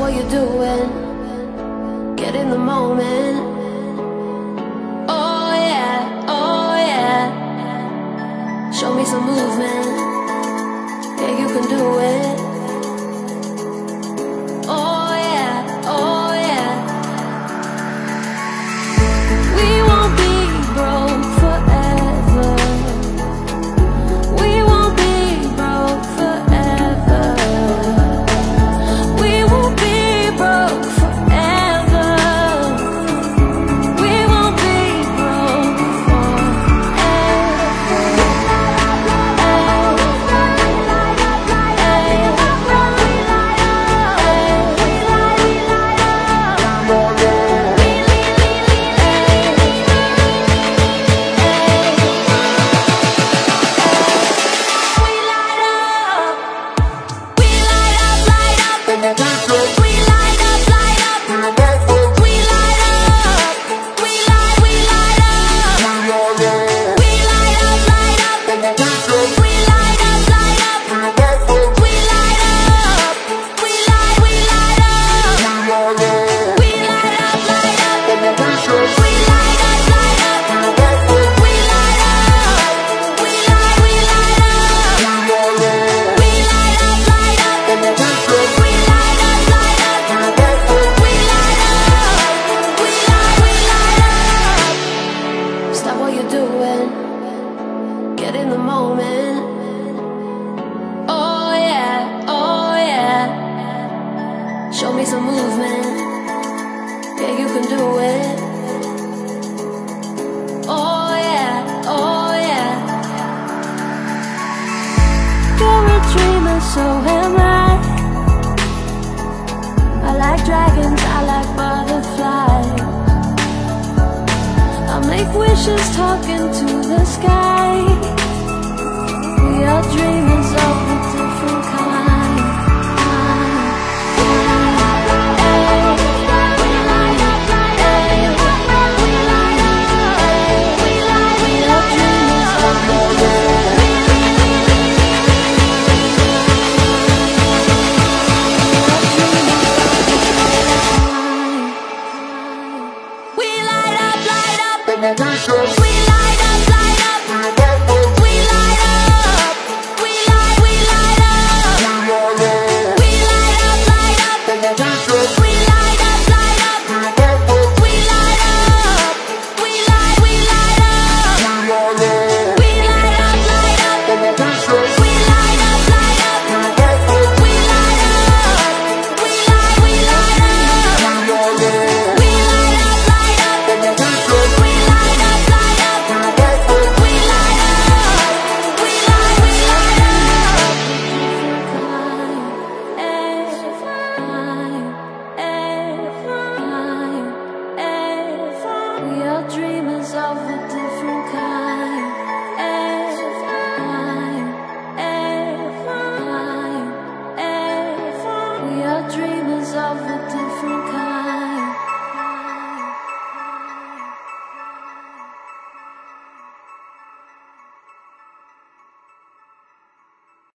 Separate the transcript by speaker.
Speaker 1: all you're doing. Get in the moment. Oh yeah, oh yeah. Show me some movement. Yeah, you can do it. Oh yeah, oh yeah. We won't be broke forever. We won't be broke forever. We won't be broke forever. We won't be broke Stop what you're doing. Get in the moment. Oh yeah, oh yeah. Show me some movement. Yeah, you can do it. Oh yeah, oh yeah. You're a dreamer, so am I. I like dragons, I like butterflies. I make wishes talking to the sky. We are dreamers of a different kind.
Speaker 2: We light up, light up. We light up, light up. We light up. We light, we light up. We light up, light up. We light up, light up. We light up. We light, we light up. We light up, light up. We light up, light up. We light up. We light, we light up. We light up, light up. We light up, light up. We light up. We light, we light up.
Speaker 1: We are dreamers of a different kind. We are dreamers of a different kind.